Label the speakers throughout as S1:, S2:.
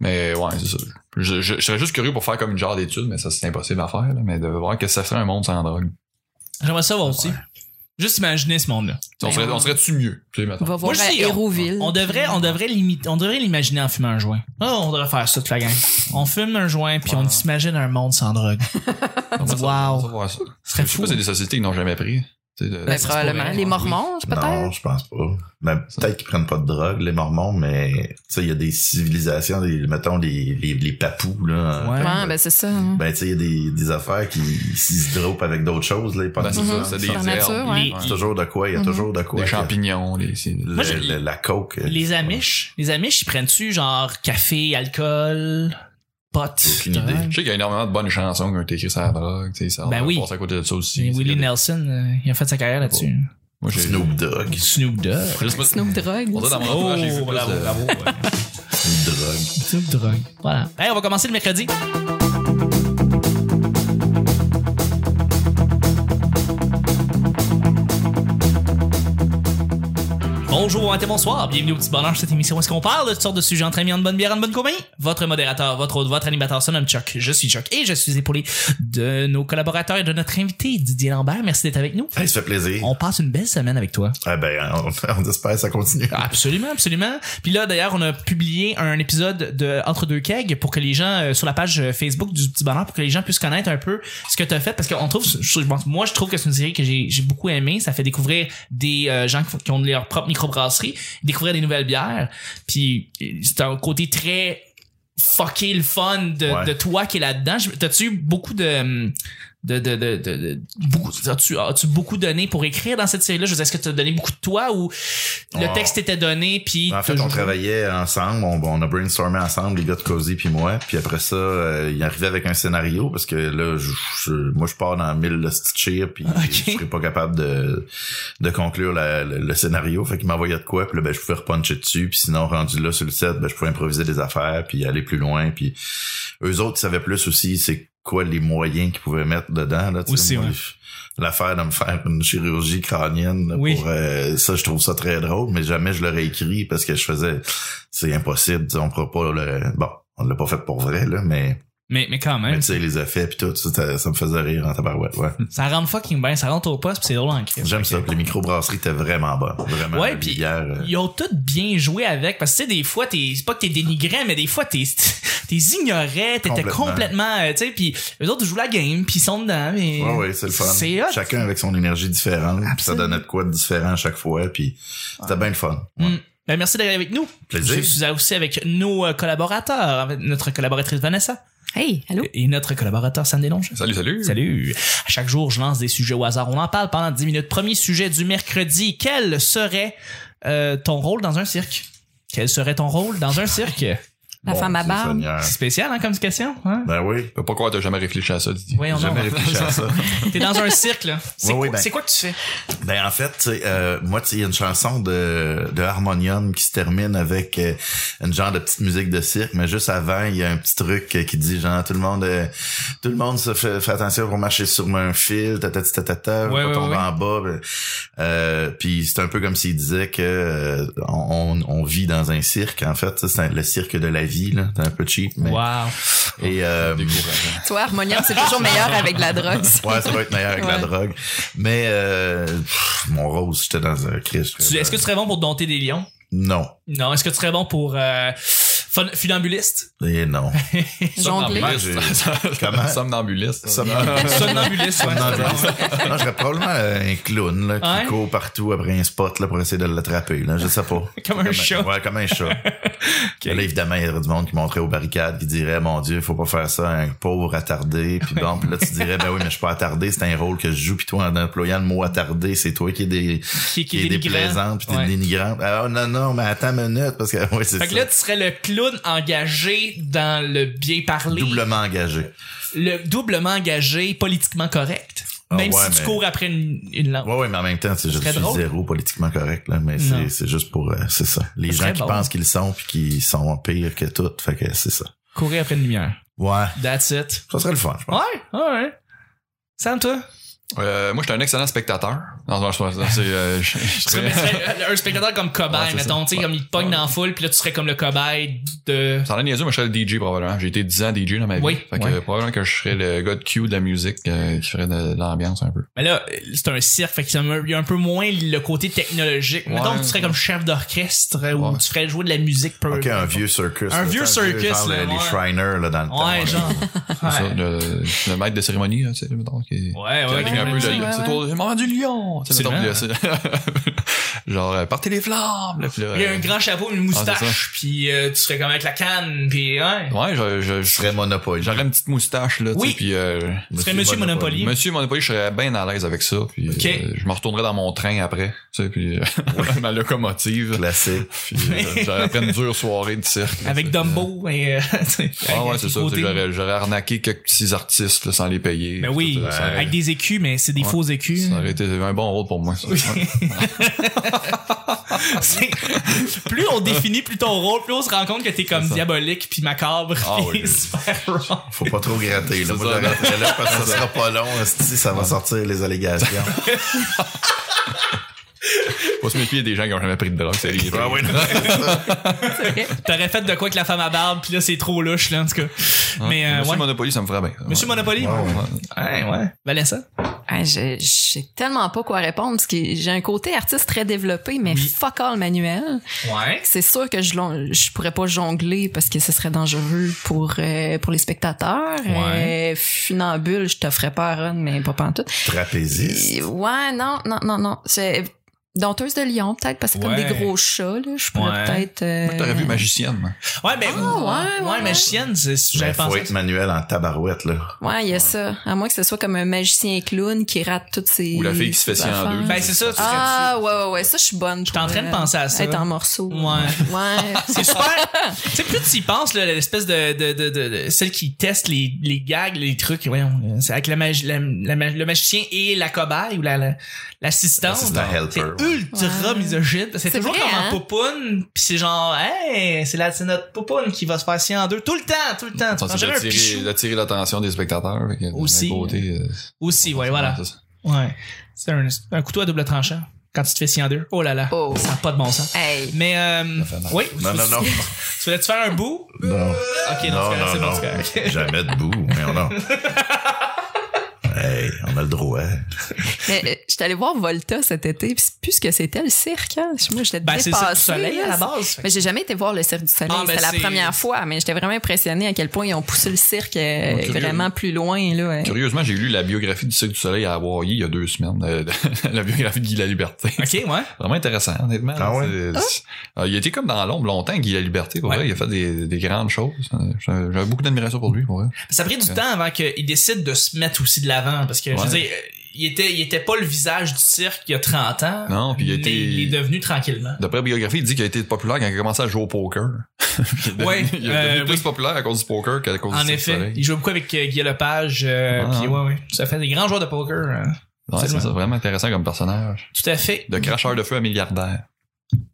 S1: Mais ouais, c'est ça. Je, je- je serais juste curieux pour faire comme une genre d'étude, mais ça c'est impossible à faire. là. Mais de voir que ça serait un monde sans drogue.
S2: J'aimerais ça voir aussi. Juste imaginer ce monde-là.
S1: On serait, on serait-tu mieux? Tu sais,
S3: On
S1: mettons.
S3: va voir
S2: je
S3: à
S2: sais, on-
S3: Hérouville.
S2: On devrait, on devrait limiter, on devrait l'imaginer en fumant un joint. Oh, on devrait faire ça toute la gang. On fume un joint puis on s'imagine un monde sans drogue.
S1: On va- on va
S2: wow,
S1: voir ça.
S2: ce serait
S1: Je sais
S2: fou.
S1: pas, c'est des sociétés qui n'ont jamais pris. Tu sais, de-
S3: Ben,
S2: c'est
S3: probablement.
S2: pour-
S3: Les Mormons,
S4: Non,
S3: peut-être?
S4: je pense pas. Ben, peut-être qu'ils prennent pas de drogue, les Mormons, mais tu sais, il y a des civilisations, des, mettons les, les, les papous, là.
S2: Ouais.
S3: Ouais, ben c'est ça. hein.
S4: Ben, tu sais, il y a des, des affaires qui s'ils se dopent avec d'autres choses, là. ils pensent
S1: Ben, c'est
S4: que
S1: ça,
S2: Mhm.
S4: ça,
S1: c'est des
S3: Sur la
S1: herbes,
S3: nature, ouais.
S1: des-
S4: c'est toujours de quoi, il y a
S3: Mhm.
S4: toujours de quoi.
S1: des champignons, des. c'est-
S4: Le-
S2: Moi, j'ai-
S4: le- la coke. euh,
S2: Les Amish, les Amish, ils prennent-tu genre café, alcool, pot?
S4: Aucune idée.
S2: drogue?
S1: Je sais qu'il y a énormément de bonnes chansons qui ont été écrites sur la drogue. tu sais, ça, on
S2: Ben
S1: va
S2: oui.
S1: passer à côté de ça aussi.
S2: Et
S1: C'est
S2: Willie
S1: que-
S2: Nelson, euh, il a fait sa carrière là-dessus.
S1: Moi, j'ai-
S4: Snoop Dogg.
S2: Snoop Dogg.
S1: Juste moi-
S3: Snoop Dogg.
S1: On dirait dans mon
S2: Oh,
S1: entourage, j'ai vu plus
S2: bravo,
S1: de-
S2: bravo. ouais.
S4: Snoop Dogg.
S2: Snoop Dogg. Voilà. Hey, on va commencer le mercredi. Bonjour, bon matin, bonsoir, bienvenue au Petit Bonheur, cette émission où est-ce qu'on parle de toutes sortes de sujets entre amis, en bonne bière, en bonne compagnie. Votre modérateur, votre hôte, votre animateur se nomme Chuck, je suis Chuck et je suis épaulé de nos collaborateurs et de notre invité Didier Lambert, merci d'être avec nous.
S4: Hey, ça fait plaisir.
S2: On passe une belle semaine avec toi.
S4: Ah ben, on, on espère que ça continue.
S2: Absolument, absolument. Puis là, d'ailleurs, on a publié un épisode de Entre deux kegs pour que les gens, euh, sur la page euh, Facebook du Petit Bonheur, pour que les gens puissent connaître un peu ce que tu as fait. Parce qu'on trouve, je- je- bon, moi, je trouve que c'est une série que j'ai j'ai beaucoup aimé. Ça fait découvrir des euh, gens qui font- qui ont leur propre microbrasserie, découvrir des nouvelles bières. Puis euh, c'est un côté très fucké le fun de,
S4: Ouais.
S2: de toi qui est là-dedans. Je- T'as-tu eu beaucoup de... hum, De, de, de, de, de- beaucoup, as-tu, as-tu beaucoup donné pour écrire dans cette série-là? Je veux dire, est-ce que tu as donné beaucoup de toi ou le
S4: Oh.
S2: texte était donné, puis...
S4: Ben, En fait, on travaillait ensemble, on, on a brainstormé ensemble, les gars de Cozy puis moi. Puis après ça, euh, il arrivait avec un scénario parce que là, je, je- moi, je pars dans mille de stitcher puis
S2: Ok.
S4: je serais pas capable de, de conclure la- le, le scénario. Fait qu'il m'envoyait de quoi, puis là, ben, je pouvais repuncher dessus. Puis sinon, rendu là sur le set, ben, je pouvais improviser des affaires puis aller plus loin. Puis eux autres, ils savaient plus aussi c'est quoi les moyens qu'ils pouvaient mettre dedans. Là, tu sais.
S2: Aussi,
S4: Moi,
S2: ouais.
S4: L'affaire de me faire une chirurgie crânienne là,
S2: Oui.
S4: pour euh, ça, je trouve ça très drôle, mais jamais je l'aurais écrit parce que je faisais c'est impossible, tu sais, on pourra pas le bon, on l'a pas fait pour vrai là, mais,
S2: Mais, mais quand
S4: mais
S2: même,
S4: tu sais les effets puis tout, ça, ça me faisait rire en tabarouette, ouais.
S2: ça rentre fucking bien, ça rentre au poste, puis c'est drôle en crise.
S4: J'aime ça, puis les microbrasseries étaient vraiment bonnes, vraiment
S2: Ouais,
S4: la
S2: puis
S4: bière, euh,
S2: Ils ont tous bien joué avec, parce que tu sais, des fois, t'es, c'est pas que t'es dénigrant, mais des fois, t'es, t'es ignorais, t'étais
S4: Complètement.
S2: complètement, euh, tu sais, puis eux autres ils jouent la game, puis ils sont dedans, mais...
S4: Ouais, ouais, c'est le fun.
S2: C'est hot.
S4: Chacun avec son énergie différente, puis ça
S2: Absolument.
S4: donnait de quoi de différent à chaque fois, puis c'était bien le fun. Ouais.
S2: Mm. Ben, merci d'être avec nous.
S4: Plaisir.
S2: Je suis aussi avec nos euh, collaborateurs, avec notre collaboratrice Vanessa
S3: Hey, allô?
S2: et notre collaborateur Sam Delonge.
S1: Salut, salut.
S2: Salut. À chaque jour, je lance des sujets au hasard. On en parle pendant 10 minutes. Premier sujet du mercredi. Quel serait euh, ton rôle dans un cirque? Quel serait ton rôle dans un cirque?
S3: La
S4: Bon,
S3: femme à
S4: Dieu
S3: barbe.
S4: Seigneur.
S2: C'est spécial, hein, comme question? Hein?
S4: Ben oui,
S1: Je peux pas croire que t'as jamais réfléchi à ça, Didier.
S2: Voyons
S4: jamais
S2: donc.
S4: réfléchi à ça.
S2: T'es dans un cirque, là. C'est
S4: Oui, oui,
S2: quoi,
S4: ben-
S2: c'est quoi que tu fais?
S4: Ben en fait, tu sais, euh, moi, tu sais, il y a une chanson de, de Harmonium qui se termine avec euh, une genre de petite musique de cirque, mais juste avant, il y a un petit truc euh, qui dit genre tout le monde, euh, tout le monde se fait, fait attention pour marcher sur un fil, ta ta ta ta, ta, ta
S2: Ouais,
S4: pas
S2: ouais,
S4: tomber
S2: ouais.
S4: en bas. ben, euh, Puis c'est un peu comme s'il disait que euh, on, on- on vit dans un cirque. En fait, ça, c'est un- le cirque de la vie là, c'est un peu cheap, mais
S2: Wow.
S4: et euh,
S1: Décourageant.
S3: Toi, Harmonium, c'est toujours meilleur avec la drogue. ça.
S4: Ouais, ça va être meilleur avec la
S3: Ouais.
S4: drogue. Mais euh, pff, mon rose, j'étais dans un Christ.
S2: Tu- Est-ce que tu serais bon pour dompter des lions?
S4: Non.
S2: Non. Est-ce que tu serais bon pour euh, fun- funambuliste?
S4: Et Eh non.
S3: Jongler.
S1: Somnambuliste.
S4: Comment?
S1: Somnambuliste.
S4: Somnambuliste.
S2: Somnambuliste, ouais.
S4: non, je serais probablement euh, un clown là, qui
S2: Ouais.
S4: court partout après un spot là, pour essayer de l'attraper. Là, je sais pas.
S2: Comme un chat.
S4: Ouais, comme un chat. Mais Là, évidemment, il y aurait du monde qui montrait aux barricades qui dirait Mon Dieu, faut pas faire ça, un pauvre attardé. Puis bon, puis là, tu dirais Ben oui, mais je suis pas attardé, c'est un rôle que je joue. Puis toi, en employant le mot attardé, c'est toi qui est, des,
S2: Qui,
S4: qui est
S2: dénigrant.
S4: déplaisante, puis t'es
S2: Ouais.
S4: dénigrante. Ah non, non, mais attends une minute, parce que ouais, c'est
S2: Fait que
S4: ça.
S2: là, tu serais le clown engagé dans le bien parler.
S4: Doublement engagé.
S2: le doublement engagé, politiquement correct.
S4: Ah
S2: Même
S4: ouais,
S2: si tu
S4: mais-
S2: cours après une, une lampe.
S4: Ouais, ouais, mais en même temps, tu sais, je
S2: Ah. serait
S4: suis
S2: drôle.
S4: zéro politiquement correct, là,
S2: Non.
S4: mais c'est, c'est juste pour, euh, c'est ça. Les
S2: Ça
S4: gens
S2: serait
S4: qui
S2: bon.
S4: pensent qu'ils sont puis qui sont pires que tout, fait que c'est ça.
S2: Courir après une lumière.
S4: Ouais.
S2: That's it.
S4: Ça serait le fun, je pense.
S2: Ouais, ouais. Sam, toi?
S1: Euh, moi, j'étais un excellent spectateur. Non, non, je pense non, c'est, euh, je- je
S2: Tu serais-
S1: serais-
S2: mais tu serais un spectateur comme
S1: Ouais,
S2: cobaye,
S1: c'est
S2: mettons,
S1: ça.
S2: tu sais, comme il te pogne dans la foule, puis là, tu serais comme le cobaye de.
S1: Ça en a niaiseux, mais je serais le DJ probablement. J'ai été 10 ans DJ dans ma vie.
S2: Oui,
S1: Fait que
S2: oui.
S1: euh, probablement que je serais le gars de Q de la musique euh, qui ferait de, de l'ambiance un peu.
S2: Mais là, euh, c'est un cirque, fait qu'il y a un- il y a un peu moins le côté technologique.
S1: Ouais.
S2: mettons que tu serais comme chef d'orchestre euh, ou
S1: Ouais.
S2: tu ferais jouer de la musique peu.
S4: Ok, un vieux circus.
S2: Un
S4: là,
S2: vieux
S4: tu sais,
S2: circus,
S4: genre
S2: là,
S4: les- les
S2: ouais.
S4: Shriners, là, dans le temps. là.
S2: Ouais, genre.
S1: C'est ça, le, le maître de cérémonie, là, tu sais, mettons, qui,
S2: Ouais, ouais,
S1: qui aligne
S2: ouais,
S1: un peu
S2: ouais,
S1: le,
S2: ouais.
S1: c'est toi, le moment du lion. Tu sais, mettons,
S2: Absolument.
S1: puis là, c'est- genre, euh, partez les flammes. là, puis là, euh,
S2: Il y a un grand chapeau, une moustache,
S1: Ah, c'est ça.
S2: puis euh, tu serais comme avec la canne, puis ouais.
S1: Ouais, je, je,
S4: Je
S1: je-
S4: serais Monopoly.
S1: j'aurais une petite moustache, là, tu
S2: Oui.
S1: sais, puis euh,
S2: Tu serais Monsieur Monopoly.
S1: Monsieur Monopoly, je serais bien à l'aise avec ça. Puis
S2: Ok.
S1: euh, je me retournerais dans mon train après, tu sais, puis euh, ma locomotive.
S4: Classique.
S1: Puis euh, j'aurais après une dure soirée de cirque. là,
S2: Avec
S1: tu sais.
S2: Dumbo et. euh,
S1: Ah ouais, c'est
S2: avec le
S1: ça.
S2: Ah,
S1: tu
S2: côté-
S1: sais, J'aurais, j'aurais arnaqué quelques petits artistes là, sans les payer.
S2: Mais
S1: Tout,
S2: oui,
S1: euh, ça,
S2: avec
S1: aurait,
S2: des écus, mais c'est des
S1: Ouais.
S2: faux écus.
S1: ça aurait été un bon rôle pour moi. ça.
S2: Oui.
S1: Ouais.
S2: C'est- plus on définit plus ton rôle, plus on se rend compte que t'es comme
S1: C'est ça.
S2: diabolique puis macabre
S1: Ah
S2: puis
S1: oui.
S2: super wrong.
S4: Faut pas trop gratter, là.
S1: C'est
S4: Moi,
S1: ça.
S4: j'arrêterais là parce que ça sera pas long, si ça va sortir les allégations.
S1: Faut se méfier des gens qui ont jamais pris de drogue, c'est
S4: Ah oui, non,
S3: C'est vrai.
S2: T'aurais fait de quoi avec la femme à barbe puis là c'est trop louche là en tout cas. Mais euh,
S1: Monsieur
S2: ouais.
S1: Monopoly, ça me ferait bien.
S2: Monsieur
S1: Ouais.
S2: Monopoly.
S1: Ouais, ouais.
S2: Ouais, ouais. Valessa.
S3: Ah, je, je sais tellement pas quoi répondre parce que j'ai un côté artiste très développé, mais
S2: Oui.
S3: fuck all manuel.
S2: Ouais.
S3: C'est sûr que je, l'on- je pourrais pas jongler parce que ce serait dangereux pour, euh, pour les spectateurs.
S2: Ouais.
S3: Euh, funambule, je te ferais pas Aaron, mais pas pantoute.
S4: Trapéziste.
S3: Et- Ouais, non, non, non, non. C'est Donteuse de lion, peut-être, parce que c'est
S2: Ouais.
S3: comme des gros chats, là, je pourrais
S2: Ouais.
S3: peut-être... euh,
S1: Moi, T'aurais vu magicienne. hein.
S2: Ouais, ben.
S3: Ah, ouais, ouais, ouais.
S2: magicienne, c'est-
S1: Ben,
S2: j'avais
S4: Il Ben, faut
S2: pensé. à
S4: être
S2: ça.
S4: manuel en tabarouette, là.
S3: Ouais, il y a ça. À moins que ce soit comme un magicien clown qui rate toutes ses.
S1: Ou la fille qui se fait
S3: ses
S1: scier en
S3: affaires.
S1: deux.
S2: Ben, c'est ça, tu serais-
S3: Ah, ouais, ouais, ouais. Ça, je suis bonne.
S2: J'étais en train de penser à ça.
S3: Être en morceaux.
S2: Ouais.
S3: Ouais.
S2: C'est super. tu sais, plus tu y penses, là, l'espèce de, de, de, de, de- celle qui teste les, les gags, les trucs, voyons, euh, c'est avec la magi- la- la ma- le magicien et la cobaye ou la, la- l'assistante.
S4: L'assistant
S2: c'est
S4: helper, ouais.
S2: ultra
S3: Ouais.
S2: misogyne. C'est,
S3: C'est
S2: toujours
S3: vrai,
S2: comme
S3: hein?
S2: en poupoune, pis c'est genre, hey, c'est, la, c'est notre poupoune qui va se faire scier en deux. Tout le temps, tout le temps. Tu prends
S1: Ça, c'est
S2: jamais un
S1: d'attirer
S2: pichou.
S1: d'attirer l'attention des spectateurs. fait que d'un
S2: Aussi.
S1: Côté, euh,
S2: Aussi, ouais, voilà.
S1: c'est ça.
S2: Ouais. C'est un, un couteau à double tranchant. Quand tu te fais scier en deux. Oh là là.
S3: Oh.
S2: Ça n'a pas de bon sens.
S3: Hey.
S2: Mais, euh,
S1: fait mal.
S2: oui.
S4: Non,
S2: tu-
S4: non, non.
S2: Tu voulais-tu faire un bout?
S4: Non.
S2: Ok, non, c'est
S4: Non,
S2: correct,
S4: non,
S2: c'est bon,
S4: non.
S2: c'est correct.
S4: Jamais debout, mais on a. Hey, on a le droit.
S3: Mais euh, j'étais allée voir Volta cet été, puis c'est plus ce que c'était le cirque. hein. Moi, j'étais
S2: Ben, c'est ça, le
S3: dépassée.
S2: soleil à la
S3: là.
S2: base.
S3: Mais j'ai jamais été voir le cirque du soleil.
S2: Ah, ben,
S3: C'était
S2: c'est-
S3: la première fois, mais j'étais vraiment impressionnée à quel point ils ont poussé le cirque euh,
S1: Ouais, curieux.
S3: vraiment plus loin. Là, ouais.
S1: Curieusement, j'ai lu la biographie du Cirque du Soleil à Hawaii il y a deux semaines. euh, la biographie de Guy Laliberté.
S2: Ok, ouais.
S1: Vraiment intéressant, honnêtement.
S4: Ah ouais?
S1: C'est- c'est- euh, il a été comme dans l'ombre longtemps, Guy Laliberté, pour
S2: Ouais.
S1: vrai. Il a fait des, des grandes choses. Euh, J'avais j'avais beaucoup d'admiration pour lui, pour vrai.
S2: Ça a pris du
S1: Ouais.
S2: temps avant qu'il décide de se mettre aussi de l'avant. Parce que, je veux
S1: Ouais.
S2: dire, euh, il était, il était pas le visage du cirque il y a 30 ans.
S1: Non, puis il a
S2: mais
S1: été-
S2: Il est devenu tranquillement.
S1: D'après la biographie, il dit qu'il a été populaire quand il a commencé à jouer au poker. il est devenu-
S2: Ouais,
S1: il est devenu
S2: euh,
S1: plus
S2: oui.
S1: populaire à cause du poker qu'à cause
S2: En
S1: du Cirque du
S2: effet.
S1: Soleil.
S2: Il jouait beaucoup avec euh, Guy Lepage. euh,
S1: Ah,
S2: puis
S1: ouais.
S2: ouais, ouais. Ça fait des grands joueurs de poker. hein.
S1: Ouais, c'est
S2: Absolument.
S1: ça, vraiment intéressant comme personnage.
S2: Tout à fait. hein.
S1: De cracheur de feu à milliardaire.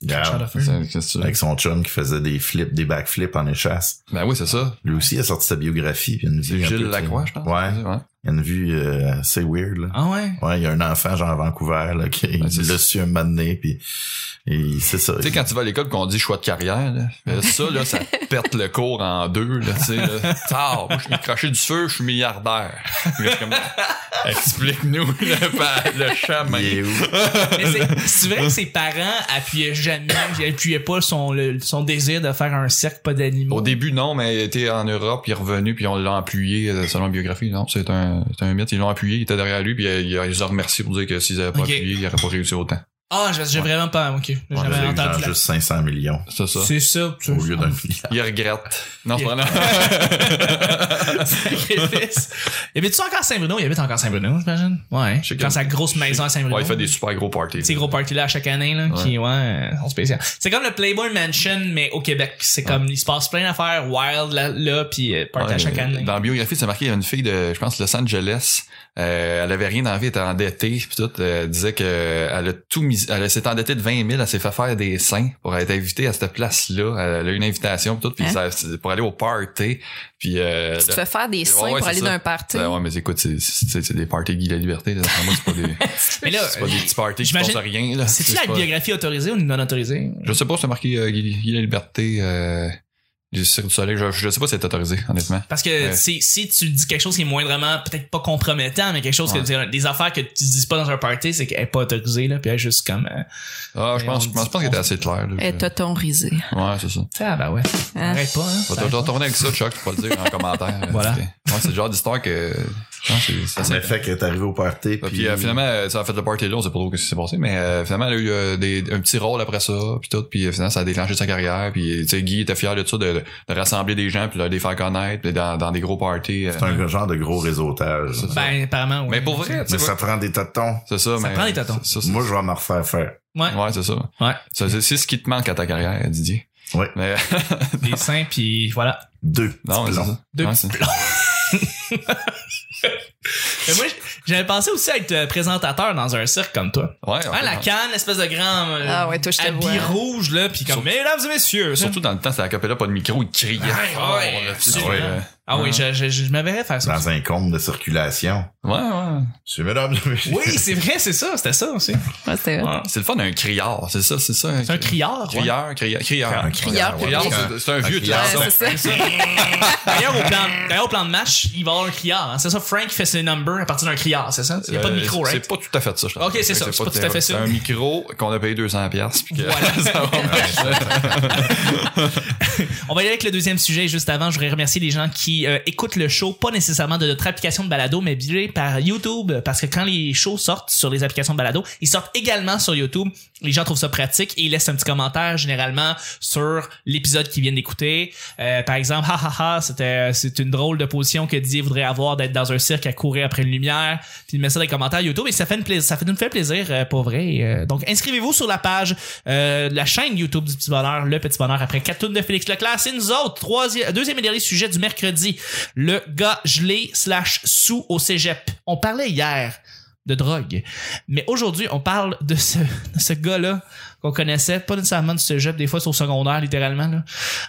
S2: Charles
S4: Regarde,
S2: Lefeu.
S1: C'est- c'est-
S4: Avec son chum qui faisait des flips, des backflips en échasse.
S1: Ben oui, c'est ça.
S4: Lui aussi a sorti sa biographie. Puis il y a une
S1: C'est
S4: vue un
S1: Gilles
S4: peu-
S1: Lacroix, je pense.
S4: Ouais.
S1: C'est- ouais.
S4: Il y a une vue euh, assez weird, là.
S2: Ah ouais.
S4: Ouais, il y a un enfant, genre à Vancouver, là, qui
S1: Ouais, c'est
S4: l'a
S1: ça.
S4: su un moment donné, puis et c'est ça.
S1: Tu sais, quand tu vas à l'école qu'on dit choix de carrière, là, ben ça, là, ça pète le cours en deux, là, tu sais, là. Tard, moi, je suis craché du feu, je suis milliardaire. Puis là, je suis comme, Explique-nous le, pa- le champ,
S4: Il
S1: man.
S4: est où?
S2: Mais c'est- c'est vrai que ses parents appuyaient jamais, ils appuyaient pas son, le- son désir de faire un cirque pas d'animaux.
S1: Au début, non, mais il était en Europe, il est revenu, puis on l'a appuyé, euh, selon la biographie. Non, c'est un, c'est un mythe. Ils l'ont appuyé, il était derrière lui, puis euh, il a- ils les ont remerciés pour dire que s'ils avaient pas
S2: Ok.
S1: appuyé, ils n'auraient pas réussi autant.
S2: Ah, j'ai j'ai vraiment pas, ok. J'ai
S4: Il
S2: jamais
S4: a eu genre
S2: entendu la-
S4: juste 500 millions
S1: C'est ça.
S2: C'est ça, tu
S4: au lieu d'un milliard.
S1: Il regrette. Non, c'est pas non.
S2: sacrifice. Il habite-tu encore Saint-Bruno? Il habite encore Saint-Bruno, j'imagine? Ouais.
S1: Je sais que-
S2: Dans sa grosse maison à Saint-Bruno.
S1: Ouais, il fait des super gros parties.
S2: Ces gros parties-là à chaque année, là,
S1: Ouais.
S2: qui, ouais, euh, sont spéciales. C'est comme le Playboy Mansion, mais au Québec. C'est comme, il se passe plein d'affaires wild, là, là puis euh, party à
S1: Ouais,
S2: chaque
S1: euh,
S2: année.
S1: Dans la biographie, c'est marqué, il y a une fille de, je pense, Los Angeles. euh, elle avait rien envie, elle était endettée, puis tout. euh, elle disait que elle a tout mis ils- elle s'est endettée de 20 000, elle s'est fait faire des seins pour être invitée à cette place-là. Elle a eu une invitation pis tout, puis
S3: Hein?
S1: ça- c'est pour aller au party. Puis euh,
S3: Tu te fais faire des seins
S1: Ouais, ouais,
S3: pour
S1: c'est
S3: aller
S1: ça.
S3: d'un party.
S1: euh, ouais, mais écoute, c'est- c'est c'est des parties Guy la Liberté. Là. Moi, c'est pas des,
S2: Mais là,
S1: c'est pas des petits parties qui
S2: J'imagine-
S1: pensent à rien. Là.
S2: c'est-tu la
S1: pas-
S2: biographie autorisée ou non autorisée?
S1: Je sais pas si c'est marqué euh, Guy, Guy la Liberté euh, du Cirque du Soleil. Je, je sais pas si c'est autorisé, honnêtement.
S2: Parce que
S1: Ouais.
S2: si- si tu dis quelque chose qui est moindrement, peut-être pas compromettant, mais quelque chose que
S1: Ouais.
S2: tu- des affaires que tu dis pas dans un party, c'est qu'elle est pas autorisée, là, puis elle est juste comme, euh,
S1: Ah, je pense, je
S2: Mais on
S1: pense, je pense
S2: dit-
S1: qu'il était assez clair. là.
S3: Et t'as ton risé.
S1: Ouais, c'est ça.
S2: ah, bah ouais.
S3: Hein?
S2: Arrête pas, hein.
S1: Je vais te- je
S2: Ça arrête
S1: vais
S2: pas.
S1: retourner avec ça, Chuck, je peux le dire en commentaire.
S2: Voilà.
S1: Parce que, ouais, c'est le genre d'histoire que. non, c'est- ça,
S4: Ça
S1: c'est-
S4: m'a fait qu'elle est arrivée au party.
S1: Puis,
S4: Puis,
S1: euh, finalement, euh, ça a fait le party là, on sait pas trop ce qui s'est passé, mais euh, finalement, elle a eu euh, des- un petit rôle après ça, puis tout, puis euh, finalement, ça a déclenché sa carrière, puis tu sais, Guy était fier de ça, de, de rassembler des gens, puis de les faire connaître, puis dans, dans des gros parties. euh.
S4: c'est un genre de gros réseautage.
S2: Ben, apparemment, oui.
S1: Mais pour vrai, tu
S4: Mais
S1: sais,
S4: ça prend des tâtons.
S1: c'est ça,
S2: Ça
S1: mais-
S2: prend des tâtons.
S1: ça, c'est-
S4: Moi, je vais me refaire faire.
S2: Ouais.
S1: Ouais, c'est ça.
S2: Ouais.
S1: Ça, c'est, c'est ce qui te manque à ta carrière, Didier.
S4: Ouais.
S1: Mais, euh,
S2: Des seins, puis voilà.
S4: Deux.
S1: non, mais
S4: petits
S1: c'est
S4: plombs.
S1: ça.
S2: Deux
S1: Ouais,
S2: petits
S1: c'est-
S2: Mais moi, j'avais pensé aussi à être euh, présentateur dans un cirque comme toi.
S1: Ouais, en
S2: Hein,
S1: fait,
S2: la canne, espèce de grand euh,
S3: Ah ouais, toi, je te
S2: habit
S3: vois.
S2: rouge, là, puis comme,
S1: Surtout-
S2: mesdames et messieurs. ça.
S1: Surtout dans le temps, c'était à Capella, pas de micro, il criait.
S2: hein. Ouais,
S1: fort,
S2: ouais,
S1: là, tu sais,
S2: absolument.
S1: ouais,
S2: Ah oui, je, je, je, je me verrais faire ça.
S4: Dans un compte de circulation.
S1: ouais, ouais.
S4: C'est mesdames.
S2: Oui, c'est vrai, c'est ça, c'était ça aussi.
S3: Ouais, c'est vrai.
S1: C'est le fun d'un criard, c'est ça, c'est ça.
S2: C'est un criard. ouais.
S1: Crieur, crieur, crieur.
S4: Un
S3: crieur,
S1: Ouais, crieur, c'est- c'est un vieux
S4: crieur.
S1: criard.
S4: Ouais,
S3: c'est ça.
S2: D'ailleurs, au plan, d'ailleurs, au plan de match, il va y avoir un criard. hein. C'est ça, Frank fait ses numbers à partir d'un criard, c'est ça? Il n'y a pas de micro, right?
S1: Euh, C'est pas tout à fait ça, je pense.
S2: Ok, c'est ça, c'est pas tout à fait ça.
S1: C'est un micro qu'on a payé 200 pièces puis que
S2: Voilà.
S1: ça va marcher.
S2: On va y aller avec le deuxième sujet. Et Juste avant, je voudrais remercier les gens qui euh, écoutent le show, pas nécessairement de notre application de balado, mais bien par YouTube, parce que quand les shows sortent sur les applications de balado, ils sortent également sur YouTube. Les gens trouvent ça pratique et ils laissent un petit commentaire généralement sur l'épisode qu'ils viennent d'écouter. Euh, par exemple, ha ha ha, c'était c'est une drôle de position que Didier voudrait avoir d'être dans un cirque à courir après une lumière. Puis il met ça dans les commentaires YouTube et ça fait une plaisir, ça fait nous fait plaisir euh, pour vrai. Et, euh, donc inscrivez-vous sur la page euh, de la chaîne YouTube du Petit Bonheur, le Petit Bonheur après quatre tours de Félix Leclerc. C'est nous autres. Troisième, euh, deuxième et dernier sujet du mercredi, le gars gelé slash sous au cégep. On parlait hier de drogue, mais aujourd'hui on parle de ce, de ce gars-là qu'on connaissait, pas nécessairement du cégep, des fois c'est au secondaire littéralement. Là.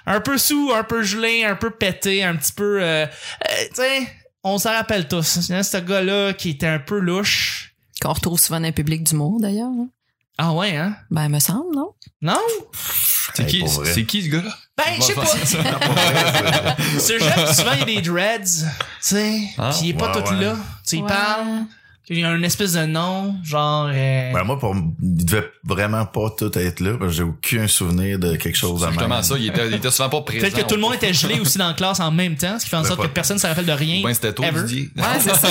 S2: Un peu sous, un peu gelé, un peu pété, un petit peu... Euh, euh, tu sais, on s'en rappelle tous. Hein, ce gars-là qui était un peu louche.
S3: Qu'on retrouve souvent dans le public d'humour, d'ailleurs. hein.
S2: Ah ouais, hein?
S3: Ben, me semble, non?
S2: Non?
S1: C'est
S4: Hey,
S1: qui,
S4: pour vrai.
S1: c'est qui ce gars-là?
S2: Ben, je sais pas. Cégep, souvent, il y a des dreads, tu sais,
S1: Ah,
S2: pis il est pas
S4: ouais,
S2: tout
S4: ouais.
S2: là. Tu sais, il
S3: Ouais.
S2: parle, il a une espèce de nom, genre... euh,
S4: Ben, moi, pour, il devait vraiment pas tout être là, parce que j'ai aucun souvenir de quelque chose à
S1: Justement ça, il était, il était souvent pas présent.
S2: Peut-être que tout le monde était gelé aussi dans la classe en même temps, ce qui fait en
S4: Ben,
S2: sorte
S4: pas-
S2: que personne ne se rappelle de rien.
S1: Ben, c'était toi,
S2: Ever.
S1: Didier.
S3: Ouais, c'est ça.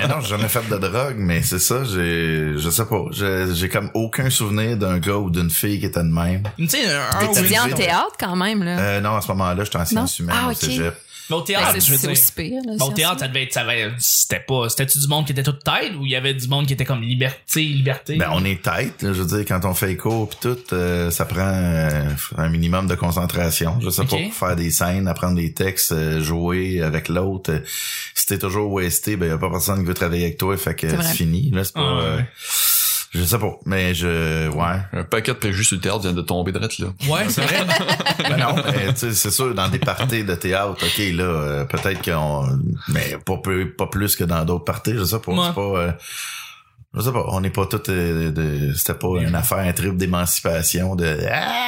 S4: Ben non, j'ai jamais fait de drogue, mais c'est ça, j'ai, je sais pas, j'ai, j'ai comme aucun souvenir d'un gars ou d'une fille qui était de même.
S3: Ah.
S2: Tu sais, un- un...
S4: Détaillé.
S2: oui.
S3: Étudiant en
S4: oui.
S3: théâtre, quand même, là.
S4: Euh, non, à ce moment-là, j'étais en sciences humaines
S3: Ah,
S4: au
S3: ok.
S4: cégep.
S2: Mais au
S3: Ben,
S2: théâtre,
S3: c'est
S2: ah, je veux
S3: c'est
S2: dire.
S3: aussi hein. pire, là.
S2: Bon, au
S3: sciences.
S2: théâtre, ça devait être... Ça devait, c'était pas... C'était-tu du monde qui était tout tête ou il y avait du monde qui était comme liberté, liberté?
S4: Ben, on est tête, là, je veux dire, quand on fait écho pis tout, euh, ça prend euh, un minimum de concentration. Je sais
S2: Ok.
S4: pas, pour faire des scènes, apprendre des textes, euh, jouer avec l'autre. euh, si t'es toujours wasté, ben y a pas personne qui veut travailler avec toi, fait que
S3: C'est vrai.
S4: c'est fini. Là, c'est pas.
S2: Ah,
S4: euh,
S2: ouais.
S4: je sais pas, mais je, ouais.
S1: Un paquet de préjugés sur le théâtre vient de tomber direct là.
S2: Ouais, c'est vrai.
S4: Ben non, mais tu sais, c'est sûr, dans des parties de théâtre, ok, là, euh, peut-être qu'on, mais pas plus, pas plus que dans d'autres parties, je sais pas,
S2: Ouais.
S4: c'est pas, euh, je sais pas, on n'est pas tous, euh, de, c'était pas une affaire, un trip d'émancipation de,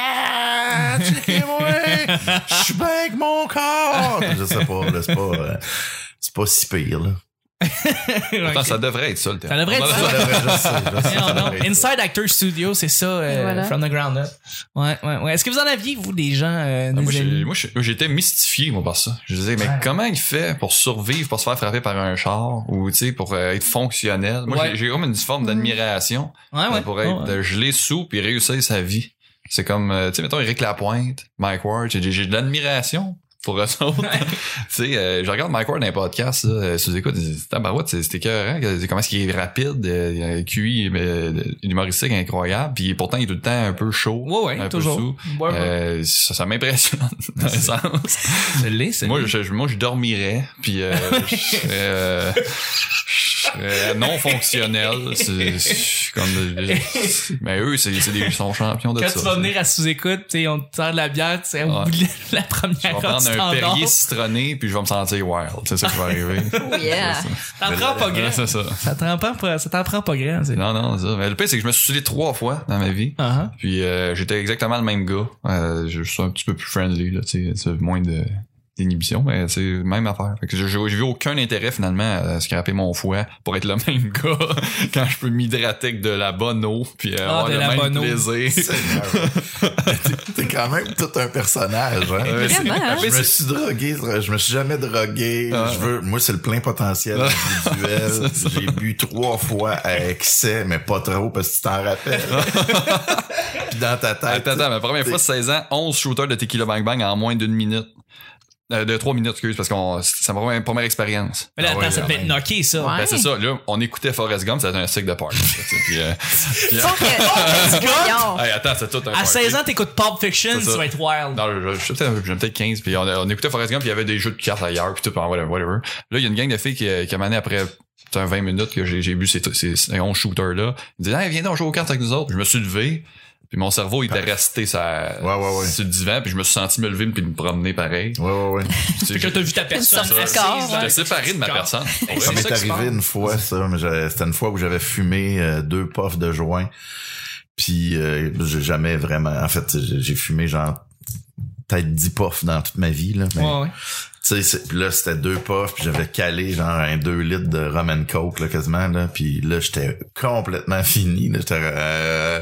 S4: ah, checkez-moi, je suis bien avec mon corps, je sais pas, là, c'est pas, euh, c'est pas si pire, là.
S1: Pourtant,
S2: Ok.
S1: ça devrait être ça, le théâtre.
S2: Ça devrait être
S1: Voilà.
S2: ça.
S4: Je sais, je sais,
S2: Ah. Non,
S4: ça
S2: non.
S4: devrait être ça.
S2: Inside Actor Studio, c'est ça, euh,
S3: Et voilà.
S2: from the ground up. Ouais, ouais, ouais. Est-ce que vous en aviez, vous, des gens, euh,
S1: Ah,
S2: des
S1: moi, j'ai-
S2: amis?
S1: moi, j'ai- moi, j'étais mystifié, moi, par ça. Je disais, mais
S2: Ouais.
S1: comment il fait pour survivre, pour se faire frapper par un char, ou, tu sais, pour euh, être fonctionnel? Moi,
S2: Ouais.
S1: j'ai- j'ai comme une forme d'admiration.
S2: Ouais, ouais. Ah
S1: pour être
S2: Ouais.
S1: euh, gelé sous puis réussir sa vie. C'est comme, euh, tu sais, mettons Eric Lapointe, Mike Ward, j'ai- j'ai j'ai de l'admiration pour eux autres. tu sais, euh, je regarde Mike Ward dans les podcasts, là, euh, sous écoute, c'est tabarouette, c'est c'est écœurant, que- c'est comment est-ce qu'il est rapide, euh, il a un QI euh, humoristique incroyable, puis pourtant il est tout le temps un peu chaud,
S2: Ouais, ouais,
S1: un
S2: toujours.
S1: peu sous.
S2: Ouais, ouais.
S1: Euh, ça ça m'impressionne, dans un sens.
S2: Je l'ai, c'est
S1: Moi, je, je- moi, je dormirais, puis euh, je serais, euh, je Euh, non fonctionnel. C'est c'est comme. des- Mais eux, c'est c'est des, ils sont champions de
S2: Quand
S1: ça.
S2: tu vas venir à sous-écoute, tu sais, on te sert de la bière, tu sais, au
S1: Ouais.
S2: bout de la
S1: Je vais
S2: première heure,
S1: prendre
S2: tu
S1: un
S2: t'en
S1: Perrier
S2: dors.
S1: citronné, puis je vais me sentir wild. C'est ça qui va arriver.
S3: Oh, yeah.
S2: T'en prends pas
S1: Ouais,
S2: grand.
S1: c'est ça.
S2: Ça t'en prend pas, ça t'en prend pas grand, c'est.
S1: Non, non, c'est ça. Mais le pire, c'est que je me suis suicidé trois fois dans ma vie.
S2: Ah,
S1: Puis euh, j'étais exactement le même gars. Euh, je suis un petit peu plus friendly, là, tu sais, tu sais, moins de d'inhibition, mais c'est même affaire. Fait que j'ai j'ai vu aucun intérêt finalement à scraper mon foie pour être le même gars quand je peux m'hydrater avec de la bonne eau puis euh,
S2: Ah,
S1: avoir
S2: de
S1: le
S2: la bonne
S1: même
S2: eau.
S1: plaisir.
S4: T'es- T'es quand même tout un personnage, hein?
S1: Euh, c'est-
S3: Vraiment, hein?
S1: Après,
S4: Je me
S1: c'est-
S4: suis drogué, je me suis jamais drogué.
S1: Ah.
S4: Je veux, moi, c'est le plein potentiel
S1: Ah.
S4: individuel. J'ai bu trois fois à excès, mais pas trop parce que tu t'en rappelles. Puis dans ta tête,
S1: Ah. Attends, attends, ma première fois, 16 ans, 11 shooters de Tequila Bang Bang en moins d'une minute. Euh, de trois minutes, excuse, parce qu'on c'est ma première, première expérience.
S2: Mais là,
S4: Ah
S2: attends,
S4: ouais,
S2: ça
S4: quand
S2: peut être
S4: même.
S2: knocké, ça.
S3: Ouais.
S1: Ben, c'est ça, là, on écoutait Forrest Gump, c'était un cycle de party. tu sais, puis, euh, puis, euh,
S3: Voyons.
S1: hey, attends, c'est tout un
S2: À
S1: party.
S2: 16 ans, t'écoutes Pulp Fiction,
S1: C'est ça.
S2: tu vas être wild.
S1: Non, je, je, je sais peut-être un peu plus, j'avais peut-être 15, puis on, on écoutait Forrest Gump, puis il y avait des jeux de cartes ailleurs, puis tout, puis whatever, whatever. Là, il y a une gang de filles qui, euh, qui m'a amené après peut-être un 20 minutes que j'ai, j'ai bu ces, ces, ces 11 shooters-là. Ils disaient, hey, viens donc jouer aux cartes avec nous autres. Je me suis levé, puis mon cerveau il était resté sur,
S4: Ouais, ouais, ouais.
S1: sur le divan, puis je me suis senti me lever, puis me promener pareil.
S4: Ouais, ouais, ouais.
S1: Puis, tu sais,
S2: Fait que là, t'as vu ta personne
S3: sorte de
S2: assise.
S3: corps,
S2: dans
S1: J'étais
S3: ouais.
S2: le
S1: séparé de ma
S2: corps.
S1: personne. Pour vrai,
S4: Ça m'est
S1: c'est qui se
S4: arrivé
S1: passe.
S4: une fois, ça. mais j'avais- C'était une fois où j'avais fumé euh, deux puffs de joint. Puis euh, j'ai jamais vraiment... En fait, j'ai j'ai fumé genre peut-être 10 puffs dans toute ma vie. Là, mais-
S2: Ouais, ouais.
S4: Tu sais, c'est- pis là, c'était deux puffs, puis j'avais calé genre un 2 litres de rum and coke, là, quasiment, là. Puis là, j'étais complètement fini, là. J'étais, euh,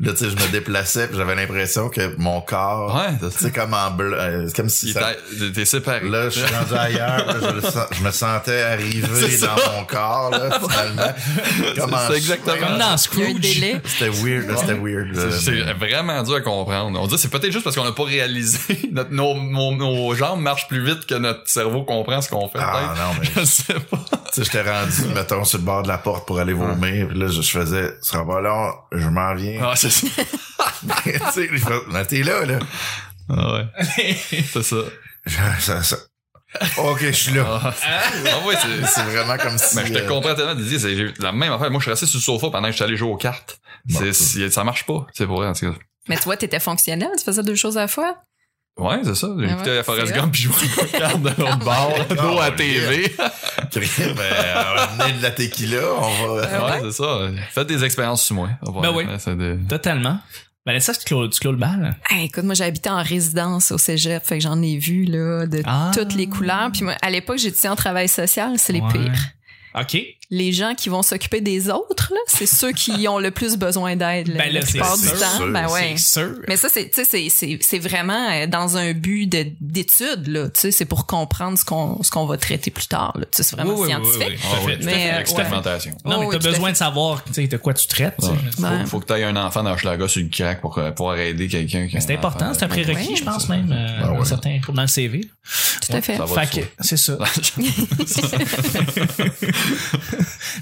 S4: là, tu sais, je me déplaçais, puis j'avais l'impression que mon corps,
S1: Ouais, c'est
S4: tu sais, comme en bleu, euh, c'est comme si
S1: Il
S4: ça-
S1: était- T'es séparé.
S4: Là, je suis rendu ailleurs, là, je, le sens- je me sentais arriver
S1: C'est
S4: dans mon corps, là, finalement. Comme en-
S1: c'est exactement
S2: Comme dans
S3: Il y a un
S2: Scrooge.
S3: délai.
S4: C'était weird, là, c'était weird. là,
S1: C'est-
S4: mais-
S1: C'est vraiment dur à comprendre. On dit c'est peut-être juste parce qu'on n'a pas réalisé notre, nos, nos- nos jambes marchent plus vite que notre cerveau comprend ce qu'on fait.
S4: Ah,
S1: peut-être.
S4: non, mais
S1: Je sais pas.
S4: Tu sais, j'étais rendu, mettons, sur le bord de la porte pour aller vomir. Puis là, je, je faisais, ce sera pas long, je m'en viens.
S1: Ah, c'est ça.
S4: tu sais, il fait, Mais t'es là, là.
S1: Ah ouais. c'est ça.
S4: Je- ça- ça- Ok, je suis là.
S1: Ah, ah ouais, c'est.
S4: C'est vraiment comme si...
S1: Mais je te
S4: euh,
S1: comprends tellement de dire, c'est j'ai eu la même affaire. Moi, je suis resté sur le sofa pendant que je suis allé jouer aux cartes.
S4: Bon,
S1: C'est-
S4: ça.
S1: c'est- ça marche pas. C'est pour rien. en tout cas.
S3: Mais tu vois, t'étais fonctionnel, tu faisais deux choses à la fois.
S1: Ouais, c'est ça. J'ai
S3: Ah
S1: écouté
S3: ouais,
S1: Forrest
S3: c'est
S1: Gump puis joué aux cartes de l'autre bord,
S4: Ah,
S1: dos à TV.
S4: crime, euh, on va amener de la tequila, on va...
S3: Ah ouais?
S1: Ouais, c'est ça. Faites des expériences sur moi.
S2: Ben oui.
S1: C'est des-
S2: Totalement. Vanessa, tu clôt, tu clôt le bal.
S3: Hey, écoute, moi j'habitais en résidence au Cégep, fait que j'en ai vu là de
S2: Ah.
S3: toutes les couleurs. Puis moi, à l'époque, j'étudiais en travail social, c'est les
S2: Ouais.
S3: pires.
S2: OK.
S3: Les gens qui vont s'occuper des autres, là, c'est ceux qui ont le plus besoin d'aide.
S2: Ben là,
S3: la
S2: c'est
S3: plupart du
S4: sûr,
S3: temps. Ben
S4: c'est
S3: ouais.
S2: Sûr.
S3: Mais ça, c'est, tu sais, c'est, c'est, c'est vraiment euh, dans un but de, d'étude, là. Tu sais, c'est pour comprendre ce qu'on, ce qu'on va traiter plus tard, là. Tu sais, c'est vraiment
S2: Oui, oui, oui, oui,
S3: scientifique.
S1: Ah
S2: tout à
S1: ouais,
S2: fait.
S1: tout à
S3: Mais,
S1: fait,
S3: euh, ouais.
S1: L'expérimentation.
S2: Non,
S3: Oh,
S2: mais
S3: oui,
S2: t'as
S3: tout à
S2: besoin de savoir tu sais, de quoi tu traites. tu sais.
S1: Ouais.
S3: Ouais.
S1: Faut, faut que t'ailles un enfant dans Hochelaga sur le crack pour euh, pouvoir aider quelqu'un. qui a
S2: C'est
S1: un
S2: important,
S1: enfant.
S2: c'est un prérequis,
S3: Ouais.
S2: je pense même, euh,
S4: Ah ouais.
S2: dans certains- dans le CV.
S3: Tout à fait.
S1: Ça va de
S2: Fait que,
S1: soi.
S2: c'est ça.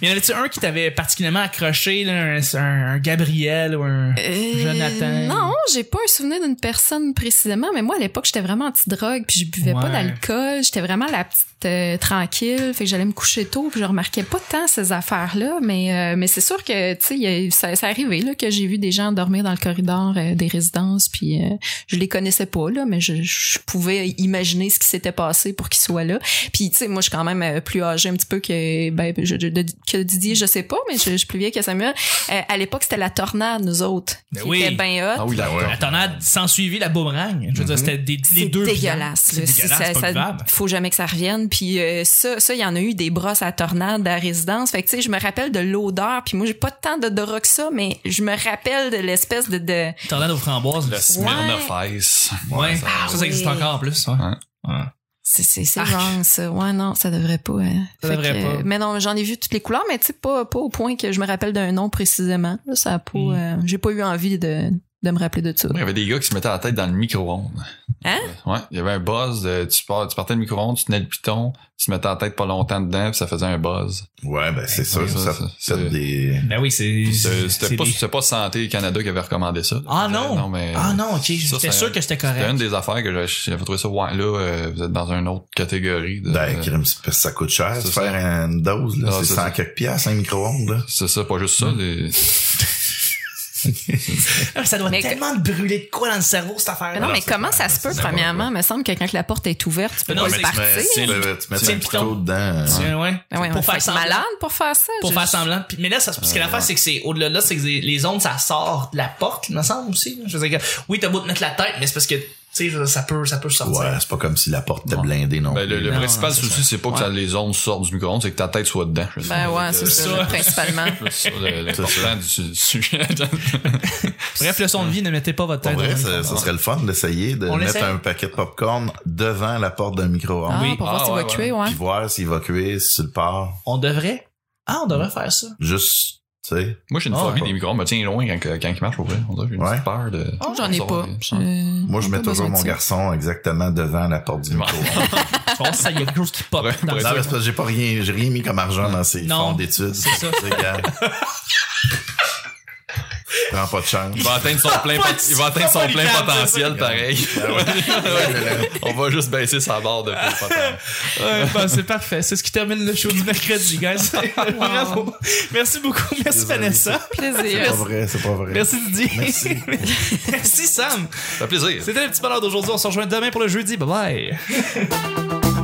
S2: Mais y en avait-tu un qui t'avait particulièrement accroché, là, un, un- un Gabriel ou un.
S3: Euh,
S2: Jonathan.
S3: Non, j'ai pas un souvenir d'une personne précisément, mais moi à l'époque j'étais vraiment anti-drogue, puis je buvais
S2: Ouais.
S3: pas d'alcool, j'étais vraiment la petite euh, tranquille, fait que j'allais me coucher tôt, puis je remarquais pas tant ces affaires-là, mais euh, mais c'est sûr que tu sais il y a- ça, ça arrivait là que j'ai vu des gens dormir dans le corridor euh, des résidences, puis euh, je les connaissais pas là, mais je, je pouvais imaginer ce qui s'était passé pour qu'ils soient là. Puis tu sais moi je suis quand même euh, plus âgée un petit peu que ben je- je- de- que Didier, je sais pas, mais je, je suis plus vieille que Samuel. Euh, à l'époque c'était la tornade nous autres.
S2: Ben
S3: qui
S2: oui.
S3: était bien hot.
S1: Ah oui, la
S4: Ouais.
S2: La tornade sans suivi la boomerang. Je veux dire, c'était des, les
S3: C'est
S2: deux.
S3: dégueulasse.
S2: viandes.
S3: là.
S2: C'est dégueulasse,
S3: Ça-
S2: c'est pas
S3: ça-
S2: buvable.
S3: faut jamais que ça revienne. Puis euh, ça, ça, il y en a eu des brosses à tornade à la résidence. Fait que tu sais, je me rappelle de l'odeur. Puis moi, j'ai pas tant de drogue que ça, mais je me rappelle de l'espèce de, de-
S2: Tornade aux framboises.
S1: Le Smirnoff Ice.
S2: Ouais.
S1: ça-
S2: Ça, ça existe
S3: Ah oui.
S2: encore en plus. Ouais. Ouais.
S3: C'est c'est c'est
S2: Arc.
S3: wrong, ça. Ouais, non, Ah. ça devrait pas. hein.
S2: Ça
S3: Fait
S2: devrait
S3: que,
S2: pas.
S3: euh, Mais non, j'en ai vu toutes les couleurs, mais tu sais pas pas au point que je me rappelle d'un nom précisément. Là, ça a pas.
S2: Mm.
S3: euh, j'ai pas eu envie de de me rappeler de ça.
S1: Il y avait des gars qui se mettaient la tête dans le micro-ondes.
S5: Hein?
S1: Euh, Ouais, il y avait un buzz. euh, tu, pars- tu partais le micro-ondes, tu tenais le piton, tu te mettais la tête pas longtemps dedans, puis ça faisait un buzz.
S4: Ouais, ben c'est
S1: Ouais,
S4: sûr,
S1: ça,
S4: ça,
S1: ça,
S4: ça
S1: c'est-
S4: des...
S2: Ben oui, c'est.
S1: Puis c'est-
S2: c'est
S1: C'était pas,
S2: des-
S1: c'était pas Santé Canada qui avait recommandé ça. là.
S2: Ah
S1: Euh,
S2: non!
S3: hein.
S1: mais-
S2: Ah non, ok.
S1: Ça,
S2: J'étais
S1: c'est-
S2: sûr que c'était
S1: C'était une
S2: correct.
S1: des affaires que j'avais- j'avais trouvé ça. Ouais, là, euh, vous êtes dans une autre catégorie. de-
S4: Ben, crime, c'est parce que ça coûte cher
S1: C'est
S4: de
S1: ça.
S4: faire une dose, là.
S1: Ah,
S4: c'est
S1: c'est
S4: 100
S1: ça.
S4: quelques piastres, un micro-ondes, là.
S1: c'est ça, pas juste ça.
S2: Hmm.
S1: les-
S2: Ah, Ça doit
S5: Mais que-
S2: tellement te brûler de quoi dans le cerveau, cette affaire-là.
S3: Mais non,
S4: Alors,
S3: mais
S4: c'est
S3: comment
S4: pas-
S3: ça se peut,
S4: c'est pas-
S3: premièrement? Il me semble que quand la porte est ouverte, tu peux
S2: Mais non,
S3: pas
S2: mais-
S3: partir.
S4: Mais tu mets- tu mets
S2: C'est
S4: un
S2: le
S4: couteau
S2: piton.
S4: dedans.
S2: Tu-
S4: hein.
S2: ouais.
S3: Ah ouais,
S2: pour
S3: on
S2: faire
S3: fait
S2: semblant.
S3: malade pour faire ça.
S2: Pour
S3: je-
S2: faire semblant. Puis- mais là, ça, ce que l'affaire, c'est que c'est au-delà de là, c'est que les- les ondes, ça sort de la porte, il me semble aussi. Je veux dire que, oui, t'as beau te mettre la tête, mais c'est parce que, tu sais, je veux dire, ça peut, ça peut sortir.
S4: Ouais, c'est pas comme si la porte était
S1: Ouais.
S4: blindée, non.
S1: Ben, le, le
S2: Non,
S1: principal
S2: non, c'est
S1: souci,
S2: ça.
S1: c'est pas que ça- les ondes sortent du micro-ondes, c'est que ta tête soit dedans. je sais.
S3: Ben ouais,
S1: Fait
S3: c'est
S1: que,
S3: ça, principalement.
S1: euh, c'est ça, le- l'important du du sujet.
S2: Bref, le son de vie, ne mettez pas votre
S4: Pour
S2: tête
S4: vrai,
S2: dans le
S4: ça,
S2: micro-ondes.
S4: ça serait le fun d'essayer de
S2: On
S4: mettre
S2: l'essaie?
S4: un paquet de popcorn devant la porte d'un
S3: Ah,
S4: micro-ondes.
S2: Oui.
S3: pour
S1: Ah,
S3: voir s'il
S1: ouais,
S3: va
S1: ouais.
S3: tuer, ouais.
S4: Puis voir s'il va cuire, si tu le pars.
S2: On devrait. Ah, on devrait faire ça.
S4: Juste, tu sais.
S1: Moi, j'ai une
S2: Ah,
S1: phobie
S4: ouais.
S1: des micro-ondes. me tiens loin quand, quand ils marchent, pour vrai. On dirait que j'ai une
S4: Ouais.
S1: petite peur de...
S3: Oh, j'en ai
S1: Ça
S3: pas.
S1: va,
S3: Je-
S4: Moi, je
S3: j'ai
S4: mets
S3: pas
S4: toujours
S3: besoin de
S4: mon
S3: ça.
S4: garçon exactement devant la porte du
S1: Bon.
S4: micro-ondes.
S2: Je pense que ça, il y a quelque chose qui pop.
S1: Ouais,
S2: dans
S1: ouais.
S2: le
S4: Non, mais c'est
S2: cerveau.
S4: parce que j'ai pas rien, j'ai rien mis comme argent dans ces
S2: Non.
S4: fonds d'études.
S2: C'est ça.
S4: C'est égal. Prends pas de chance.
S1: Il va atteindre son plein, pot- il va atteindre son plein potentiel, pareil. On va juste baisser sa barre de plein potentiel.
S2: Ouais, bon, c'est parfait. C'est ce qui termine le show du mercredi, guys. Bravo. Merci beaucoup. Merci
S4: Désolé.
S2: Vanessa.
S4: C'est
S3: Plaisir.
S4: pas vrai, c'est pas vrai.
S2: Merci Didier.
S4: Merci.
S2: Merci Sam.
S1: Ça fait plaisir.
S2: C'était le petit bonheur d'aujourd'hui. On se rejoint demain pour le jeudi. Bye bye.